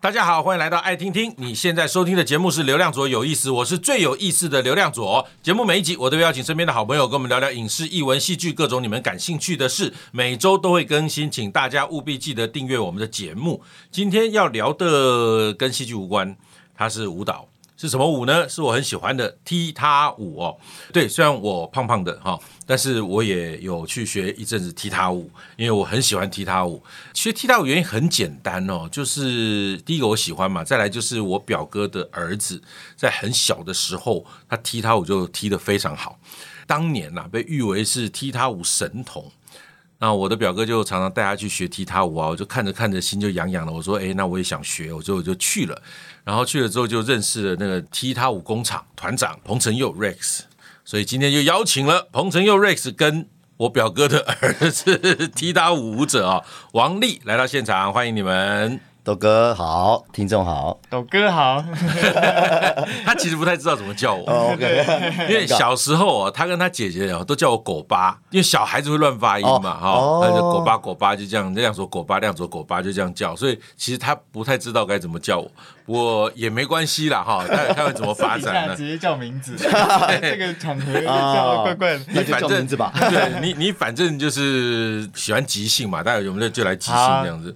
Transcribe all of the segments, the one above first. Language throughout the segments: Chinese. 大家好，欢迎来到爱听听。你现在收听的节目是《流量左有意思》，我是最有意思的流量左。节目每一集，我都会邀请身边的好朋友跟我们聊聊影视、艺文、戏剧各种你们感兴趣的事。每周都会更新，请大家务必记得订阅我们的节目。今天要聊的跟戏剧无关，它是舞蹈。是什么舞呢？是我很喜欢的踢踏舞哦。对，虽然我胖胖的哈，但是我也有去学一阵子踢踏舞，因为我很喜欢踢踏舞。学踢踏舞原因很简单哦，就是第一个我喜欢嘛，再来就是我表哥的儿子在很小的时候，他踢踏舞就踢得非常好，当年呐、被誉为是踢踏舞神童。那我的表哥就常常带他去学踢踏舞啊，我就看着看着心就痒痒了。我说，诶，那我也想学，我就我就去了。然后去了之后就认识了那个踢踏舞工厂团长彭承佑 Rex，所以今天就邀请了彭承佑 Rex 跟我表哥的儿子踢踏舞舞者啊、王丽来到现场，欢迎你们。豆哥好，听 众好。抖哥好，他其实不太知道怎么叫我，哦 OK， 因为小时候哦，他跟他姐姐哦都叫我狗巴，因为小孩子会乱发音嘛，哈、哦他就狗巴狗巴就这样，那样说狗巴，那样说狗巴就这样叫，所以其实他不太知道该怎么叫我，不过也没关系啦， 哈，他他会怎么发私底展下呢直？接叫名字，这个场合叫得怪怪的。 那就叫名字吧。对你，你反正就是喜欢即兴嘛，待会我们就就来即兴好啊这样子。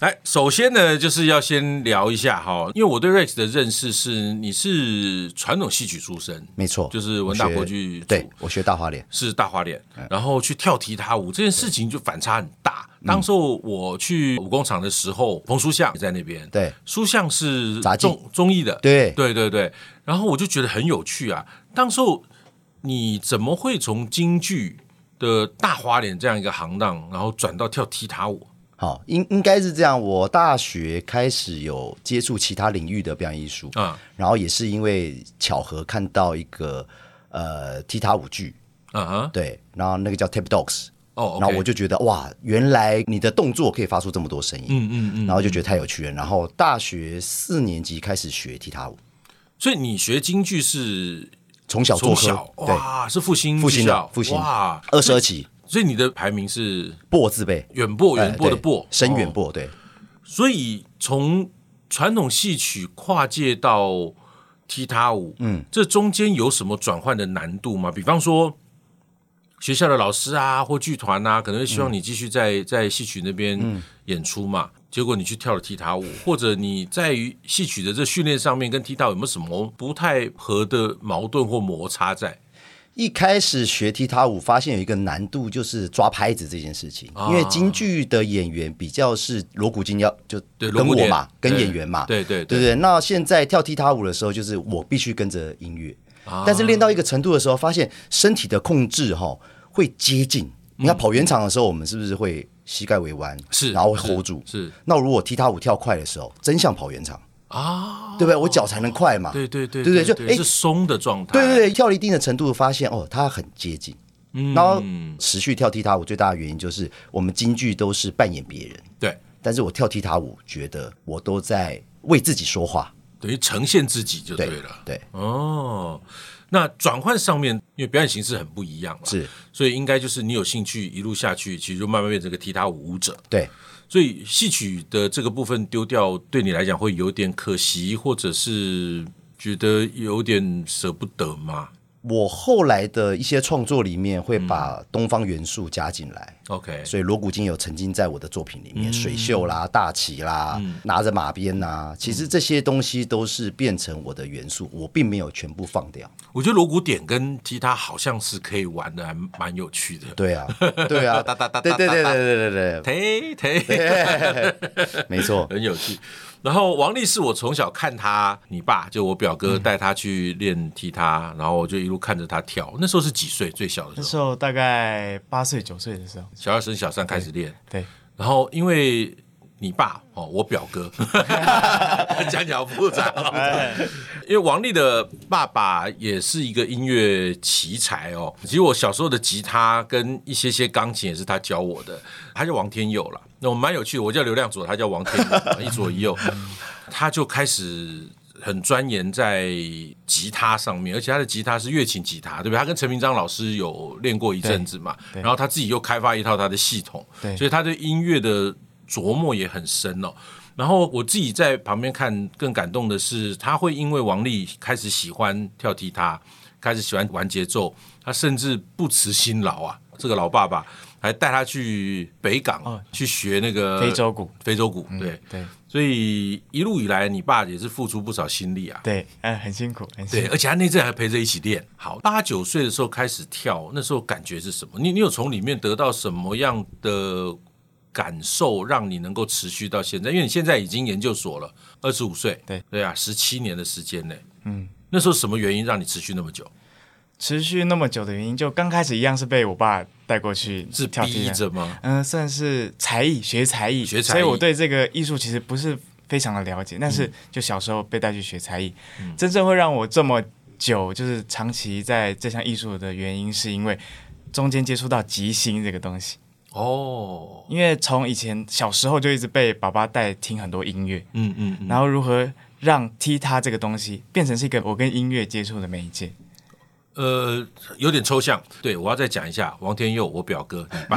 来，首先呢，就是要先聊一下哈，因为我对 Rex 的认识是你是传统戏曲出身，没错，就是文大我学国剧组对我学大花脸，是大花脸，哎然后去跳踢踏舞这件事情就反差很大。嗯当时候我去武工厂的时候，彭书相也在那边，对书相是杂技综综艺的，对对对对。然后我就觉得很有趣啊，当时候你怎么会从京剧的大花脸这样一个行当，然后转到跳踢踏舞？好，应应该是这样。我大学开始有接触其他领域的表演艺术，啊然后也是因为巧合看到一个呃踢踏舞剧，啊哈，对，然后那个叫 Tap Dogs。哦，OK 然后我就觉得哇，原来你的动作可以发出这么多声音，嗯嗯嗯，然后就觉得太有趣了。然后大学四年级开始学踢踏舞，所以你学京剧是从小从做科小，对，哇，是复兴复兴技的校复兴哇，二十二期，所以你的排名是波字辈，远播远播的播呃，对深远哦播，对，所以从传统戏曲跨界到踢踏舞，嗯，这中间有什么转换的难度吗？比方说学校的老师啊，或剧团啊，可能会希望你继续嗯在、在戏曲那边演出嘛。结果你去跳了踢踏舞，或者你在于戏曲的这训练上面跟踢踏舞有没有什么不太合的矛盾或摩擦在？一开始学踢踏舞，发现有一个难度，就是抓拍子这件事情。啊因为京剧的演员比较是锣鼓经要就对锣跟鼓我点嘛，跟对演员嘛，对对对不对对。那现在跳踢踏舞的时候，就是我必须跟着音乐，啊但是练到一个程度的时候，发现身体的控制哈、会接近。你看跑圆场的时候，我们是不是会膝盖微弯，嗯是然后是会 hold 住？是那如果踢踏舞跳快的时候，真想跑圆场，啊，对不对？我脚才能快嘛。对对对对对就哎是松的状态，对对对，跳了一定的程度，发现哦，它很接近。然后持续跳踢踏舞最大的原因就是我们京剧都是扮演别人，对，但是我跳踢踏舞觉得我都在为自己说话。等于呈现自己就对对了。对，哦，那转换上面，因为表演形式很不一样嘛，是，所以应该就是你有兴趣一路下去，其实就慢慢变成个踢踏舞舞者。对，所以戏曲的这个部分丢掉，对你来讲会有点可惜，或者是觉得有点舍不得嘛我后来的一些创作里面会把东方元素加进来。 ？OK，所以锣鼓经有曾经在我的作品里面，水袖啦、大旗啦、拿着马鞭呐，其实这些东西都是变成我的元素，我并没有全部放掉。我觉得锣鼓点跟踢踏好像是可以玩的，还蛮有趣的。对啊，对 啊，哒哒哒哒对对对哒哒对对对对，对对， 没错，很有趣。然后王力是我从小看他，你爸就我表哥带他去练踢踏，然后我就一路看着他跳。那时候是几岁？最小的那时候，时候大概八岁九岁的时候，小二升小三开始练。对，然后因为你爸哦，我表哥，讲起来好复杂哦。哎，因为王力的爸爸也是一个音乐奇才哦。其实我小时候的吉他跟一些些钢琴也是他教我的，他叫王天佑啦。那我蛮有趣的，我叫刘亮左，他叫王天佑，一左一右。他就开始很钻研在吉他上面，而且他的吉他是乐琴吉他，对不对？他跟陈明章老师有练过一阵子嘛，然后他自己又开发一套他的系统，对所以他对音乐的琢磨也很深哦。然后我自己在旁边看，更感动的是，他会因为王力开始喜欢跳踢踏，开始喜欢玩节奏，他甚至不辞辛劳啊，这个老爸爸还带他去北港、哦去学那个非洲鼓，嗯非洲鼓，对。对所以一路以来，你爸也是付出不少心力啊。对，哎，很辛苦，很辛对，苦。而且他那阵还陪着一起练。好，八九岁的时候开始跳，那时候感觉是什么？你你有从里面得到什么样的感受，让你能够持续到现在？因为你现在已经研究所了，二十五岁，对对啊，十七年的时间呢。嗯，那时候什么原因让你持续那么久？持续那么久的原因，就刚开始一样是被我爸带过去是跳踢逼的着吗？嗯、算是才艺，学才艺，学才艺所以我对这个艺术其实不是非常的了解，但嗯是就小时候被带去学才艺，真正会让我这么久就是长期在这项艺术的原因，是因为中间接触到即兴这个东西，哦，因为从以前小时候就一直被爸爸带听很多音乐，嗯嗯嗯，然后如何让踢踏这个东西变成是一个我跟音乐接触的媒介，呃，有点抽象。对，我要再讲一下王天佑，我表哥，嗯你爸，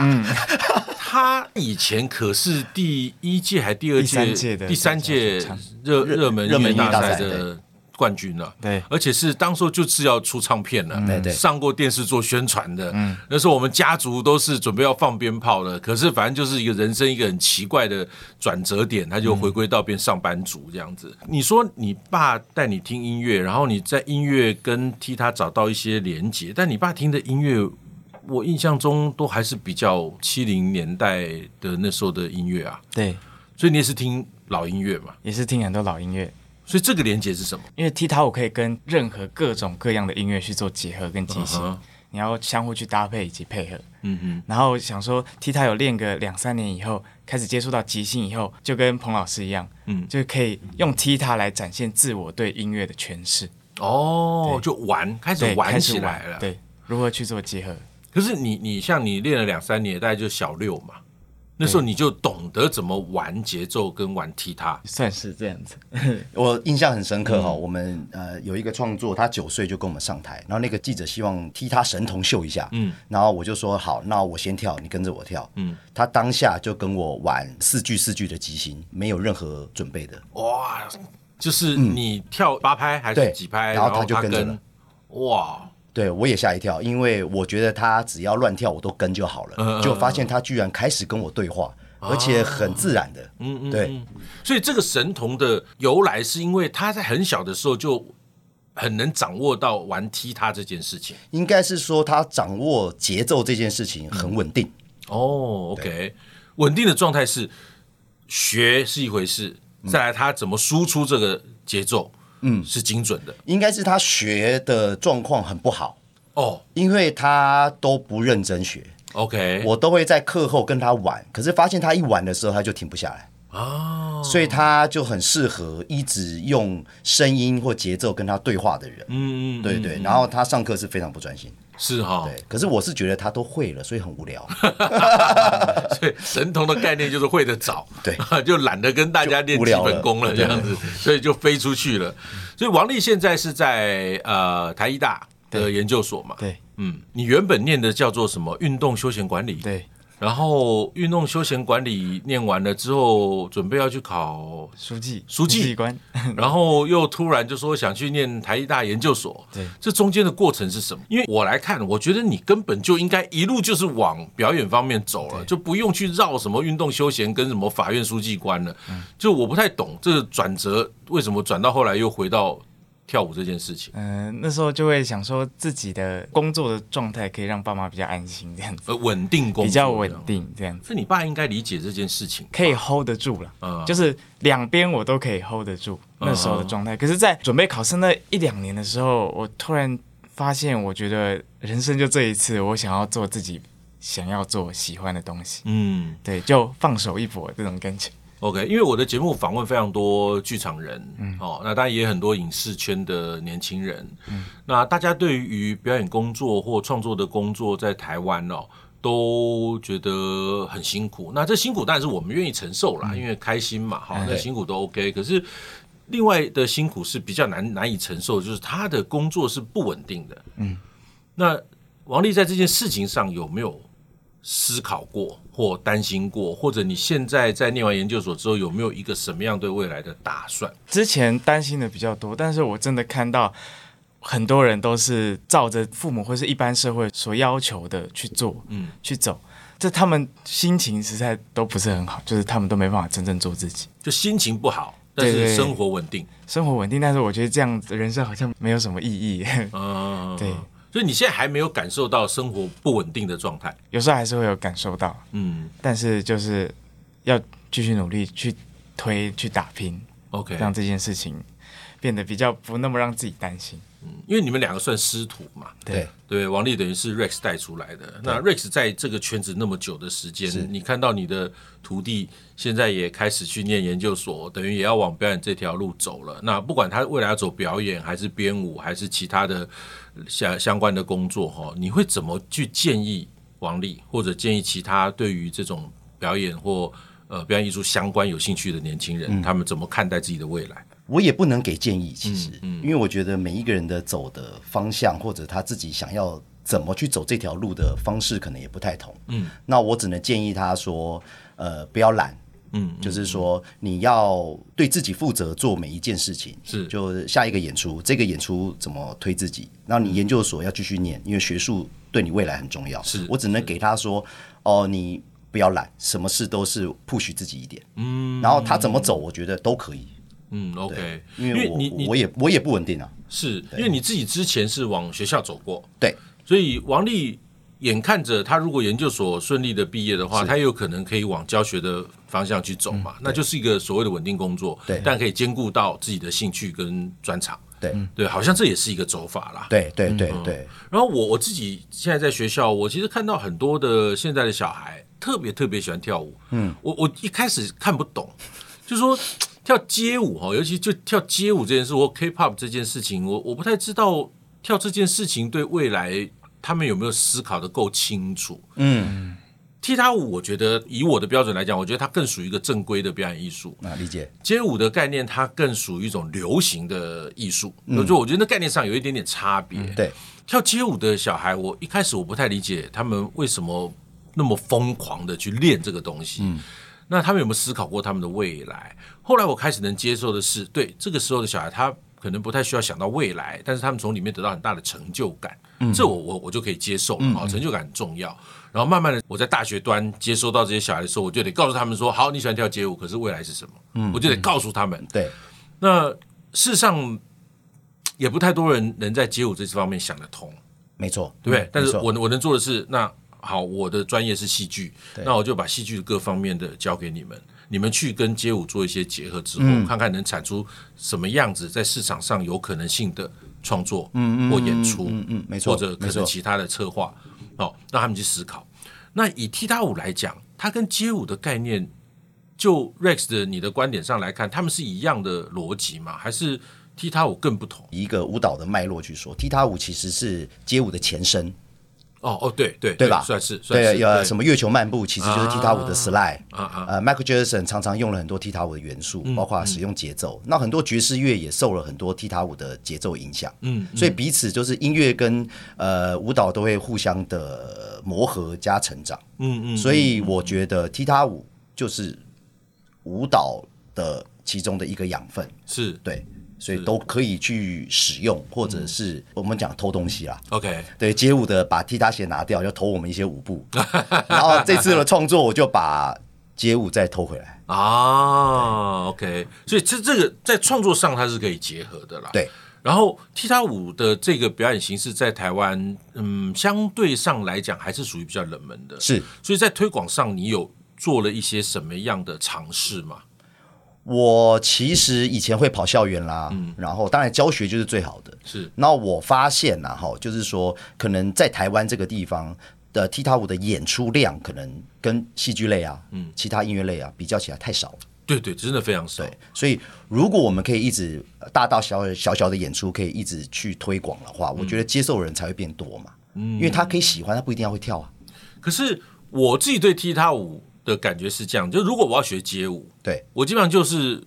他以前可是第一届还第二第三届的第三届唱热热门热门音乐音大乐大赛赛的冠军啊了。对而且是当时候就是要出唱片了，嗯对嗯对上过电视做宣传的。那时候我们家族都是准备要放鞭炮了，可是反正就是一个人生一个很奇怪的转折点，他就回归到变上班族这样子。你说你爸带你听音乐，然后你在音乐跟替他找到一些连结，但你爸听的音乐。我印象中都还是比较七零年代的那时候的音乐啊，对，所以你也是听老音乐嘛，也是听很多老音乐，所以这个连接是什么？因为踢踏舞可以跟任何各种各样的音乐去做结合跟即兴嗯哼你要相互去搭配以及配合。嗯嗯，然后想说踢踏有练个两三年以后，开始接触到即兴以后，就跟彭老师一样，嗯嗯，就可以用踢踏来展现自我对音乐的诠释，哦，就玩，开始对，玩开始起来了。，对，如何去做结合？可是你你像你练了两三年，大概就小六嘛，那时候你就懂得怎么玩节奏跟玩踢踏。算是这样子，我印象很深嗯刻哈、我们呃有一个创作，他九岁就跟我们上台，然后那个记者希望替他神童秀一下，嗯，然后我就说好，那我先跳，你跟着我跳，嗯，他当下就跟我玩四句四句的即兴，没有任何准备的，哇，就是你跳八拍还是嗯对几拍，然后他就他跟着了哇，对我也吓一跳，因为我觉得他只要乱跳我都跟就好嗯嗯了，嗯啊就发现他居然开始跟我对话，而且很自然的，嗯嗯，对，所以这个神童的由来是因为他在很小的时候就很能掌握到玩踢踏这件事情。应该是说他掌握节奏这件事情很稳定，哦，OK，稳定的状态是学是一回事，再来他怎么输出这个节奏，嗯，是精准的。应该是他学的状况很不好。哦因为他都不认真学， ，OK，我都会在课后跟他玩，可是发现他一玩的时候他就停不下来，啊，所以他就很适合一直用声音或节奏跟他对话的人。嗯嗯，哦对对，然后他上课是非常不专心，是哈、对。可是我是觉得他都会了，所以很无聊。所以神童的概念就是会得早， 对，就懒得跟大家练就无基聊了本功了这样子，所以就飞出去了。所以王丽现在是在呃台医大的研究所嘛，对嗯，你原本念的叫做什么运动休闲管理，对，然后运动休闲管理念完了之后，准备要去考书记，书记官，然后又突然就说想去念台艺大研究所，对这中间的过程是什么？因为我来看，我觉得你根本就应该一路就是往表演方面走了，就不用去绕什么运动休闲跟什么法院书记官了。嗯就我不太懂这个转折为什么转到后来又回到跳舞这件事情。嗯、那时候就会想说自己的工作的状态可以让爸妈比较安心，这样子呃，稳定工作比较稳，定，这样子这你爸应该理解这件事情。可以 hold 得住了。嗯，就是两边我都可以 hold 得住嗯那时候的状态。可是，在准备考试那一两年的时候，我突然发现，我觉得人生就这一次，我想要做自己想要做、喜欢的东西。嗯对，就放手一搏这种感觉。 ，OK，因为我的节目访问非常多剧场人，哦，那当然也很多影视圈的年轻人，那大家对于表演工作或创作的工作在台湾哦，都觉得很辛苦。那这辛苦当然是我们愿意承受啦，因为开心嘛，哈、那对辛苦都 OK。可是另外的辛苦是比较难难以承受的，就是他的工作是不稳定的。嗯，那王丽在这件事情上有没有思考过或担心过，或者你现在在念完研究所之后有没有一个什么样对未来的打算？之前担心的比较多，但是我真的看到很多人都是照着父母或是一般社会所要求的去做，嗯，去走，这他们心情实在都不是很好，就是他们都没办法真正做自己，就心情不好，但对是对生活稳定。生活稳定，但是我觉得这样子人生好像没有什么意义， 嗯，对，所以你现在还没有感受到生活不稳定的状态。有时候还是会有感受到，嗯但是就是要继续努力去推去打拼， ，OK，让这件事情变得比较不那么让自己担心。因为你们两个算师徒嘛，对，对，王丽等于是 Rex 带出来的。那 Rex 在这个圈子那么久的时间，你看到你的徒弟现在也开始去念研究所，等于也要往表演这条路走了。那不管他未来要走表演，还是编舞，还是其他的呃相相关的工作，哈，你会怎么去建议王丽，或者建议其他对于这种表演或呃表演艺术相关有兴趣的年轻人，嗯他们怎么看待自己的未来？我也不能给建议，其实，因为我觉得每一个人的走的方向或者他自己想要怎么去走这条路的方式，可能也不太同。嗯，那我只能建议他说，呃，不要懒。嗯，就是说你要对自己负责，做每一件事情。是就下一个演出，这个演出怎么推自己？那你研究所要继续念，因为学术对你未来很重要。是我只能给他说，哦，你不要懒，什么事都是 push 自己一点。嗯，然后他怎么走，我觉得都可以。嗯，OK，因为我你你我也我也不稳定啊。是因为你自己之前是往学校走过，对，所以王丽眼看着他如果研究所顺利的毕业的话，他也有可能可以往教学的方向去走嘛，那就是一个所谓的稳定工作，嗯对但可以兼顾到自己的兴趣跟专长，对，对，好像这也是一个走法啦。对对对对，然后我我自己现在在学校，我其实看到很多的现在的小孩特别特别喜欢跳舞。嗯，我我一开始看不懂，就说跳街舞哦，尤其就跳街舞这件事或 K-pop 这件事情，我我不太知道跳这件事情对未来他们有没有思考的够清楚。嗯，踢踏舞，我觉得以我的标准来讲，我觉得它更属于一个正规的表演艺术。啊，理解，街舞的概念，它更属于一种流行的艺术，我就我觉得那概念上有一点点差别。对，跳街舞的小孩，我一开始我不太理解他们为什么那么疯狂的去练这个东西。那他们有没有思考过他们的未来？后来我开始能接受的是，对这个时候的小孩，他可能不太需要想到未来，但是他们从里面得到很大的成就感，这我我我就可以接受了啊、成就感很重要。然后慢慢的，我在大学端接收到这些小孩的时候，我就得告诉他们说，好，你喜欢跳街舞，可是未来是什么？我就得告诉他们，对，那事实上也不太多人能在街舞这方面想得通，没错，对不对？嗯但没是错我能我能做的是，那好，我的专业是戏剧，对那我就把戏剧各方面的交给你们，你们去跟街舞做一些结合之后，嗯看看能产出什么样子在市场上有可能性的创作，嗯或演出，嗯嗯，没错，或者可没错能，其他的策划，哦，让他们去思考。那以踢踏舞来讲，它跟街舞的概念，就 Rex 的你的观点上来看，他们是一样的逻辑吗？还是踢踏舞更不同？以一个舞蹈的脉络去说，踢踏舞其实是街舞的前身，哦哦，对对对吧？算是算是对，呃，什么么月球漫步其实就是踢踏舞的 slide，啊啊嗯呃，Michael Jackson 常常用了很多踢踏舞的元素，包括使用节奏。那很多爵士乐也受了很多踢踏舞的节奏影响，嗯，所以彼此就是音乐跟呃舞蹈都会互相的磨合加成长，嗯嗯。所以我觉得踢踏舞就是舞蹈的其中的一个养分，是对，所以都可以去使用，或者是我们讲偷东西啦， OK 对街舞的把踢踏鞋拿掉，就投我们一些舞步。 然后这次的创作，我就把街舞再偷回来。啊，OK，所以这这个在创作上它是可以结合的啦。对，然后踢踏舞的这个表演形式在台湾，嗯，相对上来讲还是属于比较冷门的。是所以在推广上，你有做了一些什么样的尝试吗？我其实以前会跑校园啦，然后当然教学就是最好的。是那我发现呐、哈，就是说可能在台湾这个地方的踢踏舞的演出量，可能跟戏剧类啊，嗯，其他音乐类啊比较起来太少了。对对，真的非常少对。，所以如果我们可以一直呃大大小小小小的演出，可以一直去推广的嗯话，我觉得接受的人才会变多嘛。嗯，因为他可以喜欢，他不一定要会跳啊。可是我自己对踢踏舞的感觉是这样，就如果我要学街舞，对，我基本上就是。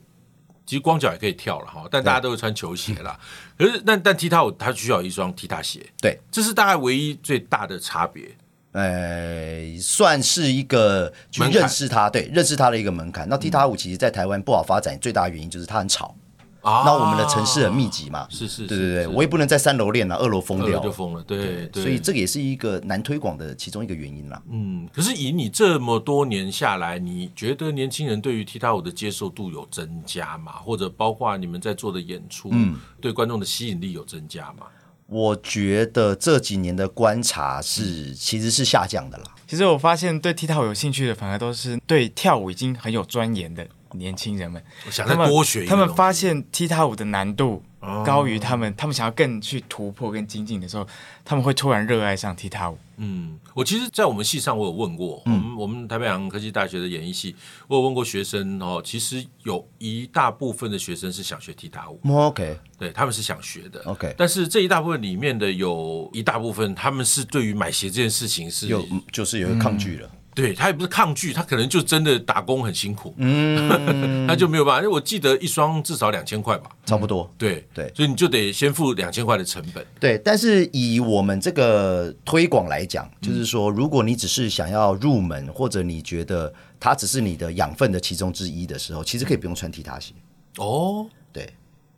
其实光脚也可以跳了哈，但大家都会穿球鞋啦。可是，但但踢踏舞它需要一双踢踏鞋，对，这是大概唯一最大的差别。呃，算是一个去门槛认识他，对，认识他的一个门槛。那踢踏舞其实在台湾不好发展，最大的原因就是它很吵。啊那我们的城市很密集嘛，是是对是对对，是我也不能在三楼练了，二楼疯二掉楼就疯了，对对，所以这个也是一个难推广的其中一个原因啦。嗯，可是以你这么多年下来，你觉得年轻人对于踢踏舞的接受度有增加吗？或者包括你们在做的演出，嗯对观众的吸引力有增加吗？我觉得这几年的观察嗯是其实是下降的啦。其实我发现对踢踏舞有兴趣的，反而都是对跳舞已经很有钻研的年轻人们。我想再他们多学一个哦他们东西哦发现踢踏舞的难度高于他们，他们想要更去突破、跟精进的时候，他们会突然热爱上踢踏舞。嗯，我其实，在我们系上我有问过，嗯我们我们台北海洋科技大学的演艺系，我有问过学生哦，其实有一大部分的学生是想学踢踏舞， OK，对，他们是想学的。 OK 但是这一大部分里面的有一大部分，他们是对于买鞋这件事情是有就是有一个抗拒了。对他也不是抗拒，他可能就真的打工很辛苦，嗯， 他就没有办法。因为我记得一双至少两千块吧，差不多。对对所以你就得先付两千块的成本，对，但是以我们这个推广来讲，嗯就是说，如果你只是想要入门，或者你觉得它只是你的养分的其中之一的时候，其实可以不用穿踢踏鞋。哦对，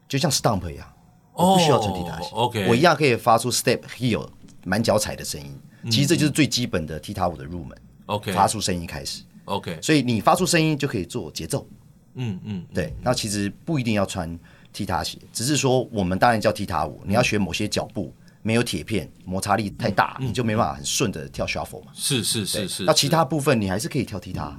就像 stomp 一样，哦我不需要穿踢踏鞋、 ，OK 我一样可以发出 step heel 满脚踩的声音。其实这就是最基本的踢踏舞的入门， ，OK 发出声音开始。 OK，所以你发出声音就可以做节奏。嗯嗯，对，那其实不一定要穿踢踏鞋，只是说我们当然叫踢踏舞，嗯你要学某些脚步。没有铁片，摩擦力太大，你就没办法很顺的跳 shuffle 嘛。嗯是是是是，嗯那其他部分你还是可以跳踢踏，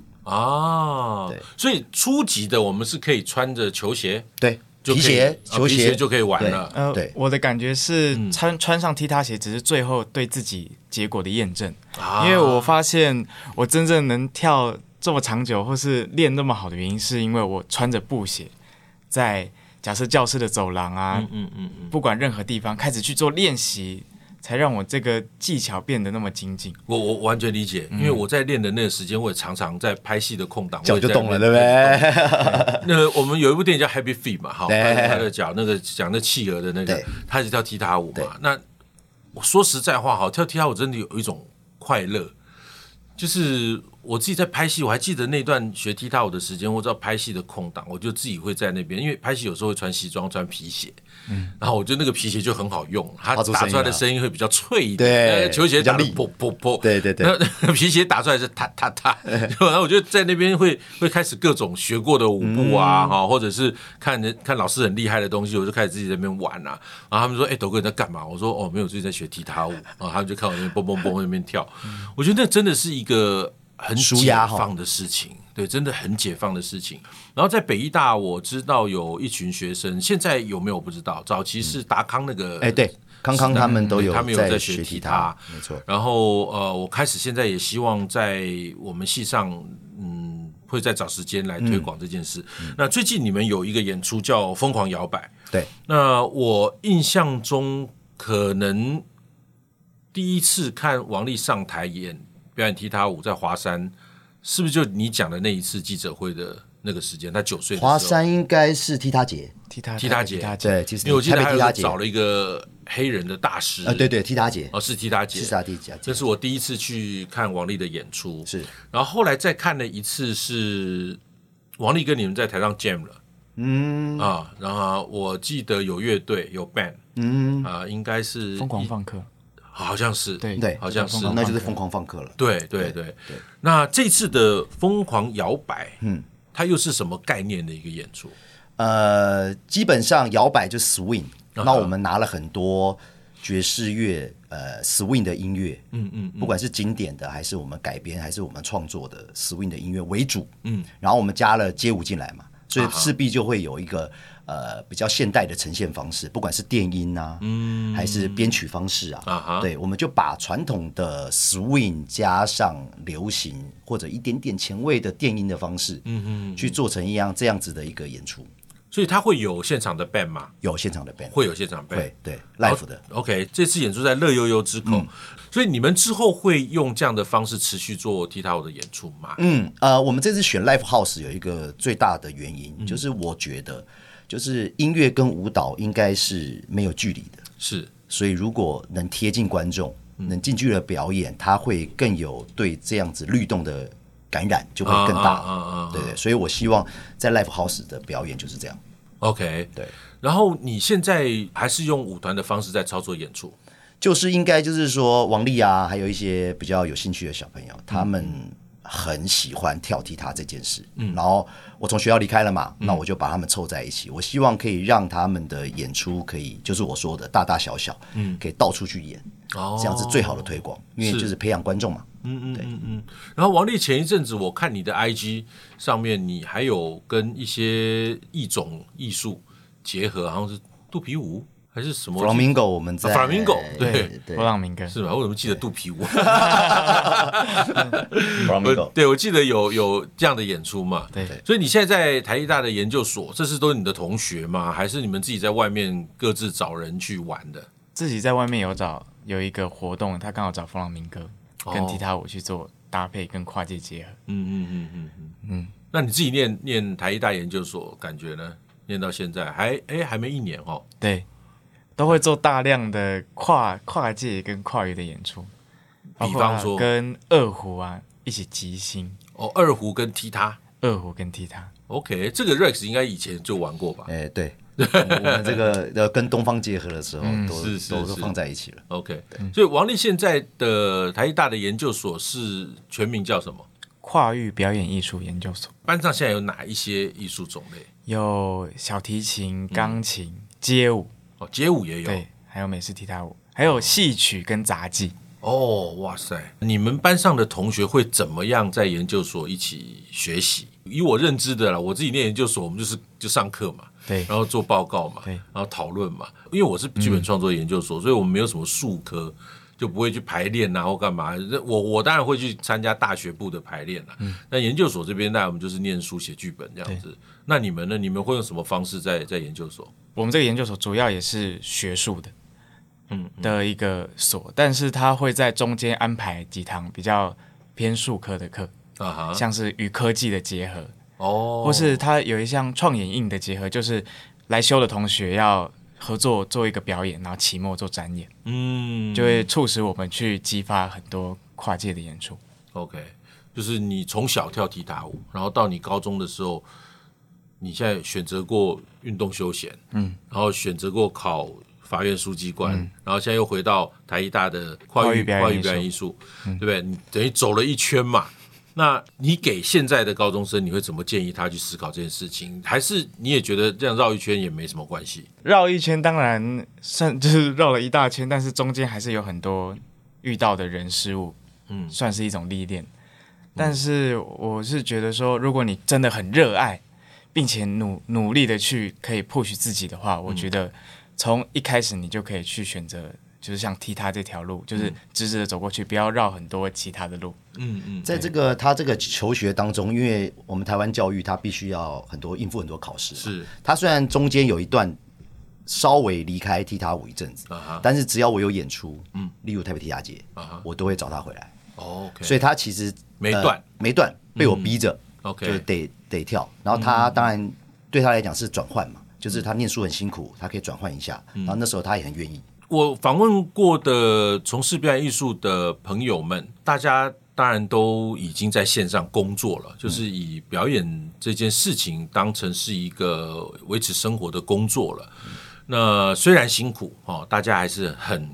啊对，所以初级的我们是可以穿着球鞋，对，就皮可以鞋、啊球皮鞋鞋就可以玩对了呃对，我的感觉嗯是穿、穿上踢踏鞋，只是最后对自己结果的验证。啊因为我发现我真正能跳这么长久，或是练那么好的原因，是因为我穿着布鞋，在假设教室的走廊啊，嗯嗯嗯，不管任何地方开始去做练习，才让我这个技巧变得那么精进。我我完全理解，因为我在练的那个时间，我也常常在拍戏的空档，嗯脚我也就在动了，练对不？对？那个我们有一部电影叫《Happy Feet》嘛，哈，对他他的脚那个讲那企鹅的那个对，他就跳踢踏舞对嘛。那我说实在话，哈，跳踢踏舞真的有一种快乐，就是我自己在拍戏，我还记得那段学踢踏舞的时间，或者拍戏的空档，我就自己会在那边，因为拍戏有时候会穿西装、穿皮鞋，然后我觉得那个皮鞋就很好用，它嗯发出声音打啊出来的声音会比较脆一点，对呃球鞋打的比较啵利啵啵，对对对那那 皮鞋打出来是踏踏踏， 然后我就在那边会会开始各种学过的舞步啊，嗯哈、或者是看人看老师很厉害的东西，我就开始自己在那边玩啊。然后他们说：“哎、斗哥你在干嘛？”我说：“哦，没有，最近在学踢踏舞。”然后他们就看我那边蹦蹦蹦在那边跳，我觉得那真的是一个很嗯舒解压哈放的事情，对，真的很解放的事情。然后在北医大，我知道有一群学生，现在有没有我不知道，早期是达康那个，哎，对，康康他们都有嗯他们有在在学踢踢踏踏，没错。然后呃，我开始现在也希望在我们系上，嗯，会再找时间来推广这件事。嗯那最近你们有一个演出叫《疯狂摇摆》，对，那我印象中可能第一次看王丽上台演表演踢踏舞在华山，是不是就你讲的那一次记者会的那个时间？他九岁的时候华，山应该是踢踏节，踢踏踢踏节踢踏节，对，其实因为我记得台还北踢有踏节找了一个黑人的大师，啊，对，对，踢踏节哦，是踢踏姐，是啊他踢踏这节，是我第一次去看王丽的演出，是然后后来再看了一次是王丽跟你们在台上 jam 了，嗯啊，然后我记得有乐队有 band，嗯啊，应该是疯狂，放课，好像是对对好像是那就是疯狂放课了。对对对那这次的疯狂摇摆，嗯，它又是什么概念的一个演出？呃，基本上摇摆就 swing，啊哈那我们拿了很多爵士乐呃 swing 的音乐，嗯嗯，不管是经典的还是我们改编还是我们创作的 swing 的音乐为主，嗯，啊然后我们加了街舞进来嘛，所以势必就会有一个。呃，比较现代的呈现方式，不管是电音啊，嗯，还是编曲方式啊，啊哈对，我们就把传统的 swing 加上流行或者一点点前卫的电音的方式，嗯嗯，去做成一样这样子的一个演出。所以它会有现场的 band 吗？有现场的 band，会有现场 band，会嗯对 live 的， OK，这次演出在乐悠悠之口，所以你们之后会用这样的方式持续做踢踏舞的演出吗？嗯呃，我们这次选 live house 有一个最大的原因，就是我觉得就是音乐跟舞蹈应该是没有距离的，是所以如果能贴近观众，嗯能近距离的表演，他会更有对这样子律动的感染，就会更啊啊啊啊啊大。对对，所以我希望在 Live House 的表演就是这样。 OK，对。然后你现在还是用舞团的方式在操作演出，就是应该就是说，王丽啊，还有一些比较有兴趣的小朋友，他们很喜欢跳踢踏这件事。嗯，然后我从学校离开了嘛，那我就把他们凑在一起，我希望可以让他们的演出可以，就是我说的大大小小，嗯，可以到处去演，哦这样是最好的推广，因为就是培养观众嘛。然后王丽前一阵子我看你的 IG 上面，你还有跟一些异种艺术结合，好像是肚皮舞还是什么 Flamingo，我们在哎 Flamingo，对对弗朗明哥，是吧？我怎么记得肚皮舞？，Flamingo，对，我记得有有这样的演出嘛。对，所以你现在在台艺大的研究所，这是都是你的同学吗？还是你们自己在外面各自找人去玩的？自己在外面有找有一个活动，他刚好找弗朗明哥跟哦踢踏舞去做搭配跟跨界结合。嗯嗯嗯嗯嗯嗯。那你自己念念台艺大研究所，感觉呢？念到现在还哎还没一年哦。对，都会做大量的跨跨界跟跨越的演出，包比括啊方说跟二胡啊一起即兴，哦，二胡跟踢踏。二胡跟踢踏， OK，这个 Rex 应该以前就玩过吧？哎，对，我们这个呃跟东方结合的时候，都是是都是是放在一起了。 OK，所以王力现在的台艺大的研究所是全名叫什么？跨域表演艺术研究所班上现在有哪一些艺术种类？有小提琴、钢琴、街舞，哦，街舞嗯也有。对，还有美式踢踏舞，还有戏曲跟杂技。哦，哇塞！你们班上的同学会怎么样在研究所一起学习？以我认知的啦，我自己念研究所，我们就是就上课嘛，对然后做报告嘛，对嗯然后讨论嘛。因为我是剧本创作研究所，所以我们没有什么术科，就不会去排练啊或干嘛。那我我当然会去参加大学部的排练啦、嗯那研究所这边，那我们就是念书、写剧本这样子。那你们呢？你们会用什么方式在在研究所？我们这个研究所主要也是学术的，嗯的一个所，但是它会在中间安排几堂比较偏术科的课，啊哈，像是与科技的结合，哦，或是它有一项创演硬的结合，就是来修的同学要合作做一个表演，然后期末做展演，嗯，就会促使我们去激发很多跨界的演出。 OK，就是你从小跳踢踏舞，然后到你高中的时候，你现在选择过运动休闲，嗯，然后选择过考法院书记官，然后现在又回到台艺大的跨跨域域表演跨域表演艺术，嗯对不对？你等于走了一圈嘛。那你给现在的高中生，你会怎么建议他去思考这件事情？还是你也觉得这样绕一圈也没什么关系？绕一圈当然算 就是绕了一大圈，但是中间还是有很多遇到的人事物，嗯，算是一种历练。但是我是觉得说，如果你真的很热爱，并且努努力的去可以 push 自己的话，我觉得从一开始你就可以去选择，就是像踢踏这条路，就是直直的走过去，不要绕很多其他的路。嗯嗯，在这个他这个求学当中，因为我们台湾教育，他必须要很多应付很多考试。是，他虽然中间有一段稍微离开踢踏舞一阵子，啊但是只要我有演出，嗯，例如台北踢踏节，哈，啊我都会找他回来。哈，OK，哦所以他其实没断呃没断，被我逼着，嗯 OK 嗯就得得跳。然后他当然对他来讲是转换嘛，就是他念书很辛嗯苦，他可以转换一下。然后那时候他也很愿意。我访问过的从事表演艺术的朋友们，大家当然都已经在线上工作了，就是以表演这件事情当成是一个维持生活的工作了。那虽然辛苦哦，大家还是很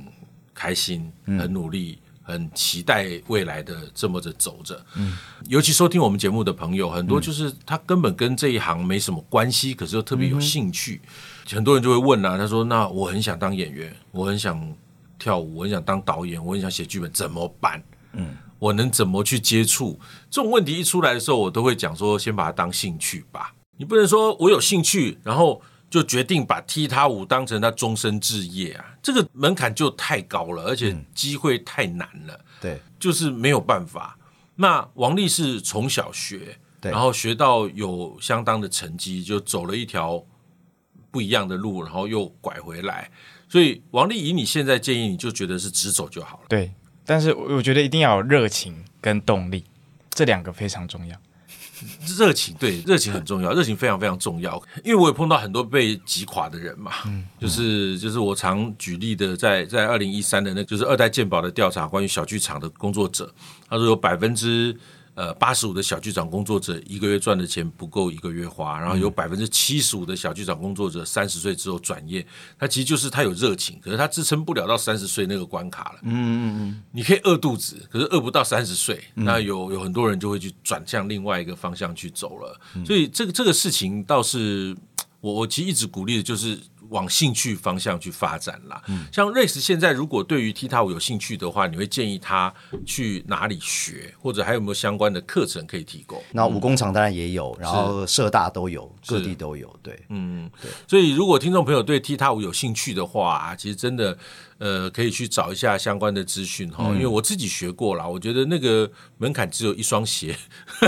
开心、很努力、很期待未来的这么着走着。嗯，尤其收听我们节目的朋友，很多就是他根本跟这一行没什么关系，可是又特别有兴趣。很多人就会问啊，他说：“那我很想当演员，我很想跳舞，我很想当导演，我很想写剧本，怎么办？”嗯，我能怎么去接触？这种问题一出来的时候，我都会讲说，先把它当兴趣吧。你不能说我有兴趣，然后就决定把踢踏舞当成他终身置业啊，这个门槛就太高了，而且机会太难了。对，就是没有办法。那王力是从小学，对然后学到有相当的成绩，就走了一条不一样的路，然后又拐回来。所以王力以你现在建议，你就觉得是直走就好了。对，但是我我觉得一定要有热情跟动力，这两个非常重要。热情对热情很重要，热情非常非常重要。因为我也碰到很多被击垮的人嘛，就是就是我常举例的在，在二零一三的那个就是二代健保的调查，关于小剧场的工作者，他说有百分之呃八十五的小剧场工作者一个月赚的钱不够一个月花，然后有百分之七十五的小剧场工作者三十岁之后转业，他其实就是他有热情，可是他支撑不了到三十岁那个关卡了。你可以饿肚子，可是饿不到三十岁，那有有很多人就会去转向另外一个方向去走了。所以这个这个事情倒是我我其实一直鼓励的就是往兴趣方向去发展啦。像 Race 现在如果对于踢踏舞有兴趣的话，你会建议他去哪里学，或者还有没有相关的课程可以提供？那武工场当然也有，然后社大都有，各地都有。对，嗯所以，如果听众朋友对踢踏舞有兴趣的话、啊其实真的，呃，可以去找一下相关的资讯哈。嗯因为我自己学过啦，我觉得那个门槛只有一双鞋，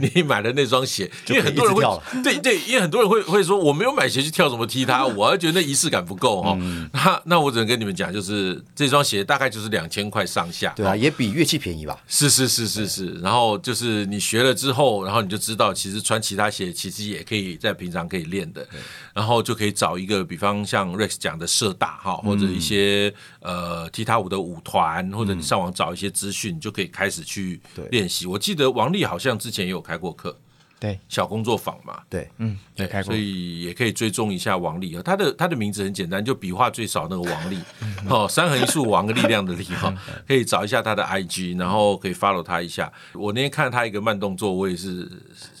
你买了那双鞋，因为很多人就可以 一直会，对对，因为很多人会会说我没有买鞋去跳什么踢踏舞，我还觉得那仪式感不够哈。嗯那那我只能跟你们讲，就是这双鞋大概就是两千块上下，对啊，也比乐器便宜吧？是是是是是，然后就是你学了之后，然后你就知道，其实穿其他鞋其实也可以在平常可以练的，然后就可以找一个，比方像 Rex 讲的社大哈，或者一些、呃踢踏舞的舞团，或者你上网找一些资讯，你就可以开始去对练习。我记得王丽好像之前也有开过课，对，小工作坊嘛，对，嗯，有开过所，以也可以追踪一下王力哦。他的他的名字很简单，就笔画最少那个王力嗯哦，三横一竖王力量的力哈，可以找一下他的 IG，然后可以 follow 他一下。我那天看他一个慢动作，我也是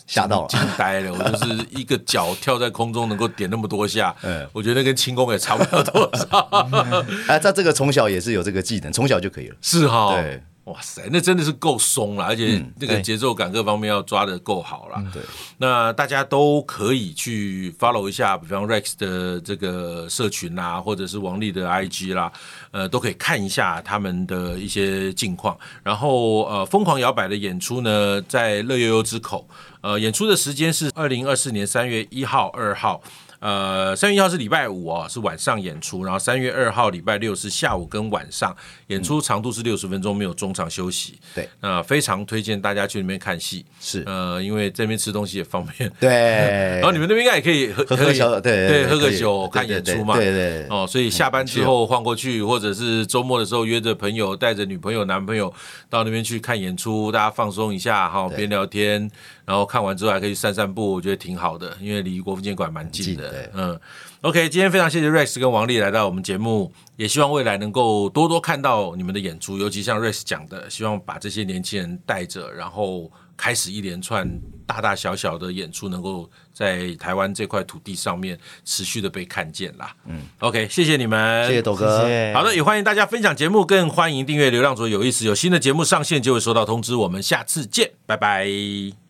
吓到了惊呆了，我就是一个脚跳在空中能够点那么多 下，我觉得跟轻功也差不了多少，哎、他这个从小也是有这个技能，从小就可以了。是哈、对嗯哇塞，那真的是够松了，而且那个对节奏感各方面要抓的够好了。对，那大家都可以去 follow 一下，比方 Rex 的这个社群啦、或者是王丽的 IG 啦，呃，都可以看一下他们的一些近况。然后呃，疯狂摇摆的演出呢，在乐悠悠之口，呃，演出的时间是二零二四年三月一号、二号。呃，三月一号是礼拜五哦，是晚上演出，然后三月二号礼拜六是下午跟晚上演出，长度是六十分钟，没有中场休息。对，那、呃非常推荐大家去里面看戏。是，呃，因为这边吃东西也方便。对然。后你们那边应该也可以喝喝喝酒，对对，喝可个以酒对看演对出嘛。对对嗯对，哦，所以下班之后换过去，或者是周末的时候约着朋友，带着女朋友、男朋友到那边去看演出，大家放松一下哈，边聊天，然后看完之后还可以散散步，我觉得挺好的，因为离国父纪念馆蛮近很近的对。嗯，OK，今天非常谢谢 Rex 跟王丽来到我们节目，也希望未来能够多多看到你们的演出，尤其像 Rex 讲的，希望把这些年轻人带着，然后开始一连串大大小小的演出，能够在台湾这块土地上面持续的被看见啦。嗯，OK，谢谢你们，谢谢豆哥，谢好的，也欢迎大家分享节目，更欢迎订阅《流浪者有意思》，有新的节目上线就会收到通知。我们下次见，拜拜。